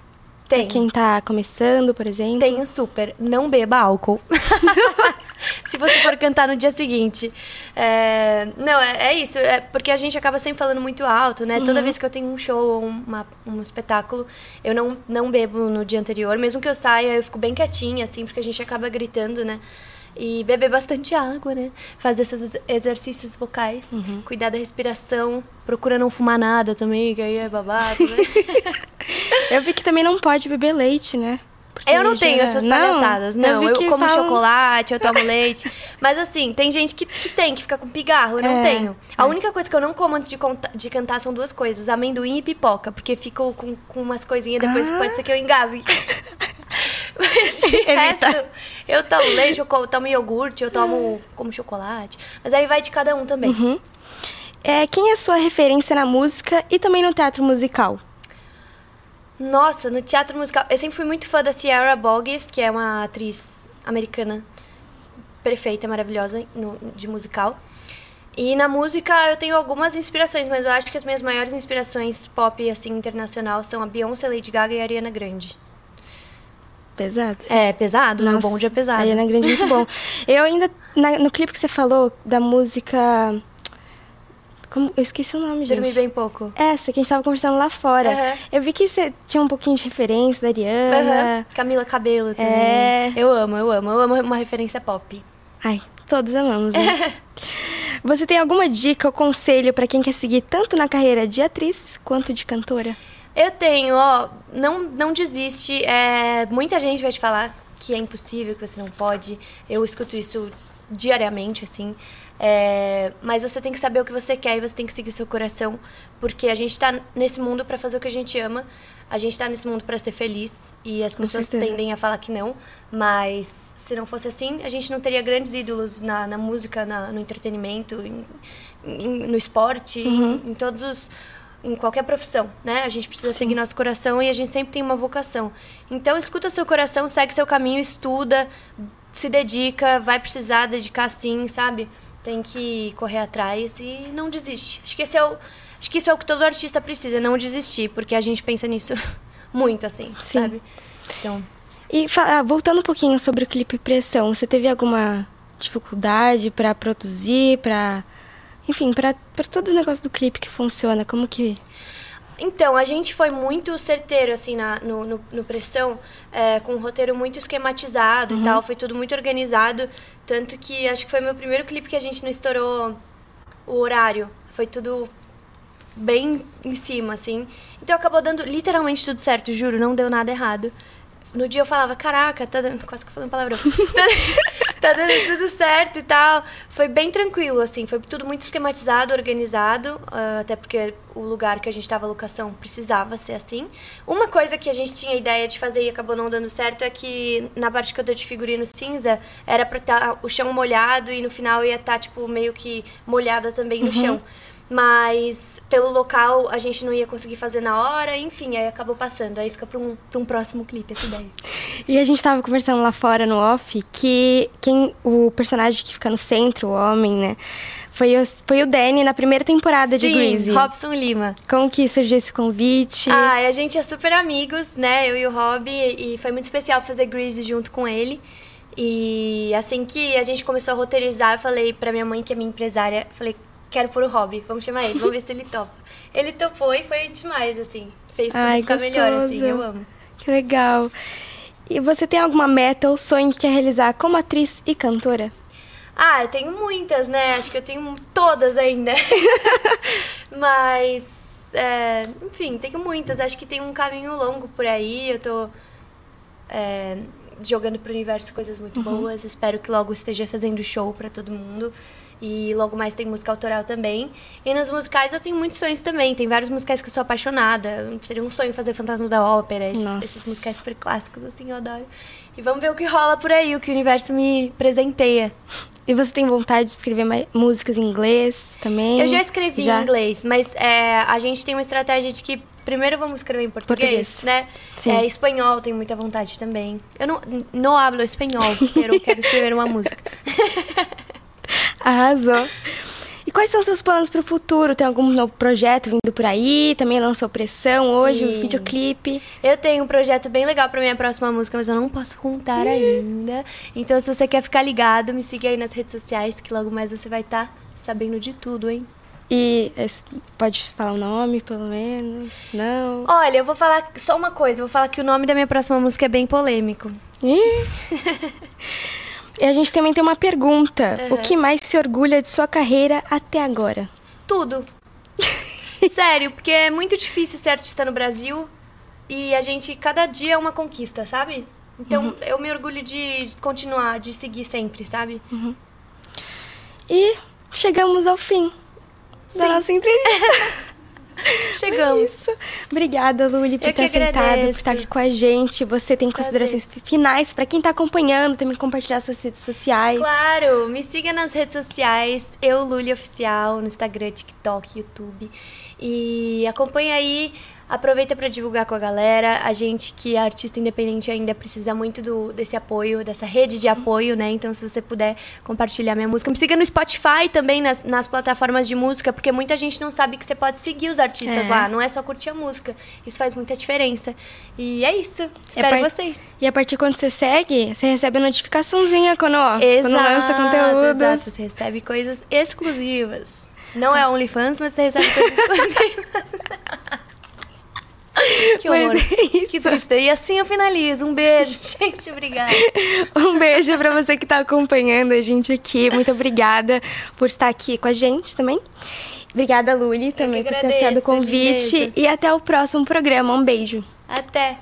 Tem. Quem tá começando, por exemplo? Tenho super. Não beba álcool. Se você for cantar no dia seguinte. É, Não, é, é isso. É porque a gente acaba sempre falando muito alto, né? Toda Uhum. vez que eu tenho um show ou uma- um espetáculo, eu não, não bebo no dia anterior. Mesmo que eu saia, eu fico bem quietinha, assim, porque a gente acaba gritando, né? E beber bastante água, né? Fazer esses ex- exercícios vocais, cuidar da respiração, procura não fumar nada também, que aí é babado, né? Eu vi que também não pode beber leite, né? Porque eu não já- tenho essas palhaçadas, não. vi Eu, que como falam- chocolate, eu tomo leite. Mas assim, tem gente que, que tem, que fica com pigarro, eu não É, tenho. A única coisa que eu não como antes de, conta- de cantar são duas coisas, amendoim e pipoca, porque fico com, com umas coisinhas, depois Ah. pode ser que eu engasgue. Mas É de resto, eu tomo leite, eu co- eu tomo iogurte, eu tomo como chocolate. Mas aí vai de cada um também. Uhum. É, quem é a sua referência na música e também no teatro musical? Nossa, no teatro musical. Eu sempre fui muito fã da Sierra Boggs, que é uma atriz americana perfeita, maravilhosa no- de musical. E na música eu tenho algumas inspirações, mas eu acho que as minhas maiores inspirações pop assim internacional são a Beyoncé, Lady Gaga e a Ariana Grande. Pesado. É, pesado, meu Nossa, bonde é pesado. Ariana Grande é muito bom. Eu ainda, na- no clipe que você falou da música... Como, eu esqueci o nome, gente. É, Dormi bem pouco. Essa que a gente tava conversando lá fora. Aham. Eu vi que você tinha um pouquinho de referência da Ariana. Aham. Camila Cabelo também. É. Eu amo, eu amo. Eu amo uma referência pop. Ai, todos amamos, né? Você tem alguma dica ou conselho pra quem quer seguir tanto na carreira de atriz quanto de cantora? Eu tenho, ó, não, não desiste. É, muita gente vai te falar que é impossível, que você não pode. Eu escuto isso diariamente, assim. É, mas você tem que saber o que você quer e você tem que seguir seu coração, porque a gente tá nesse mundo pra fazer o que a gente ama. A gente tá nesse mundo pra ser feliz e as Com pessoas certeza. tendem a falar que não, mas se não fosse assim, a gente não teria grandes ídolos na, na música, na- no entretenimento, em- em- no esporte, Uhum. em, em todos os em qualquer profissão, né? A gente precisa seguir nosso coração e a gente sempre tem uma vocação. Então escuta seu coração, segue seu caminho, estuda, se dedica, vai precisar dedicar sim, sabe? Tem que correr atrás e não desiste. Acho que esse é o acho que isso é o que todo artista precisa, não desistir, porque a gente pensa nisso muito assim, sabe? Então, E fa- ah, voltando um pouquinho sobre o clipe Pressão, você teve alguma dificuldade pra produzir, pra enfim, pra pra todo o negócio do clipe que funciona, como que Então, a gente foi muito certeiro, assim, na, no, no- no Pressão, é, com um roteiro muito esquematizado Uhum. e tal, foi tudo muito organizado. Tanto que acho que foi meu primeiro clipe que a gente não estourou o horário. Foi tudo bem em cima, assim. Então acabou dando literalmente tudo certo, juro, não deu nada errado. No dia eu falava, caraca, tá dando... quase que eu falei um palavrão. Tá- tá dando tudo certo e tal. Foi bem tranquilo, assim, foi tudo muito esquematizado, organizado, ah, até porque o lugar que a gente tava, a locação, precisava ser assim. Uma coisa que a gente tinha ideia de fazer e acabou não dando certo é que na parte que eu tô de figurino cinza, era pra estar o chão molhado e no final ia estar, tipo, meio que molhada também no Uhum. chão. Mas pelo local a gente não ia conseguir fazer na hora, enfim, aí acabou passando. Aí fica pra um, pra um próximo clipe essa ideia. E a gente tava conversando lá fora no off que quem o personagem que fica no centro, o homem, né, foi o, foi o Danny na primeira temporada de Sim, Greasy. Robson Lima. Como que surgiu esse convite? Ah, e a gente é super amigos, né? Eu e o Rob, e foi muito especial fazer Greasy junto com ele. E assim que a gente começou a roteirizar, eu falei pra minha mãe, que é minha empresária, falei, quero pôr o Rob, vamos chamar ele, vamos ver se ele topa. Ele topou e foi demais, assim. Fez tudo Ai, ficar melhor, assim, gostoso. eu amo. Que legal. E você tem alguma meta ou sonho que quer realizar como atriz e cantora? Ah, eu tenho muitas, né? Acho que eu tenho todas ainda. Mas, é, enfim, tenho muitas. Acho que tem um caminho longo por aí. Eu tô é, jogando pro universo coisas muito Uhum. boas. Espero que logo esteja fazendo show pra todo mundo. E logo mais tem música autoral também. E nos musicais eu tenho muitos sonhos também. Tem vários musicais que eu sou apaixonada. Seria um sonho fazer Fantasma da Ópera, esses, Nossa. esses musicais super clássicos, assim, eu adoro. Então, E vamos ver o que rola por aí, o que o universo me presenteia. E você tem vontade de escrever mai- músicas em inglês também? Eu já escrevi Já? em inglês, mas é, a gente tem uma estratégia de que primeiro vamos escrever em português, Português. né? Sim. É, espanhol tenho muita vontade também. Eu não, não hablo espanhol, quero, quero escrever uma música. Arrasou. Quais são seus planos pro futuro? Tem algum novo projeto vindo por aí? Também lançou Pressão hoje, Sim. um videoclipe. Eu tenho um projeto bem legal pra minha próxima música, mas eu não posso contar ainda. Então, se você quer ficar ligado, me siga aí nas redes sociais, que logo mais você vai estar sabendo de tudo, hein? E es- pode falar o nome, pelo menos? Não. Olha, eu vou falar só uma coisa. Eu vou falar que o nome da minha próxima música é bem polêmico. E a gente também tem uma pergunta. O Aham. que mais se orgulha de sua carreira até agora? Tudo. Sério, porque é muito difícil ser artista no Brasil e a gente, cada dia é uma conquista, sabe? Então, Uhum. eu me orgulho de continuar, de seguir sempre, sabe? E chegamos ao fim da nossa entrevista. Chegamos. É isso. Obrigada, Luli, por Eu estar que sentada, por agradeço. estar aqui com a gente. Você tem considerações fi- finais para quem está acompanhando, também compartilhar suas redes sociais. Claro, me siga nas redes sociais, eu Lully Oficial, no Instagram, TikTok, YouTube. E acompanha aí, aproveita para divulgar com a galera. A gente que é artista independente ainda precisa muito do, desse apoio, dessa rede de apoio, né? Então se você puder compartilhar minha música. Me siga no Spotify também, nas, nas plataformas de música, porque muita gente não sabe que você pode seguir os artistas É. lá, não é só curtir a música. Isso faz muita diferença. E é isso, E espero a par- vocês. E a partir quando você segue, você recebe a notificaçãozinha quando, ó, quando lança conteúdo. Exato, você recebe coisas exclusivas. Não é OnlyFans, mas você recebe coisas exclusivas. que horror. é que triste. E assim eu finalizo. Um beijo, gente. Obrigada. Um beijo pra você que tá acompanhando a gente aqui. Muito obrigada por estar aqui com a gente também. Obrigada, Luli, também por ter agradeço, aceitado o convite. beleza. E até o próximo programa. Um beijo. Até.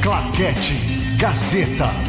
Claquete Gazeta.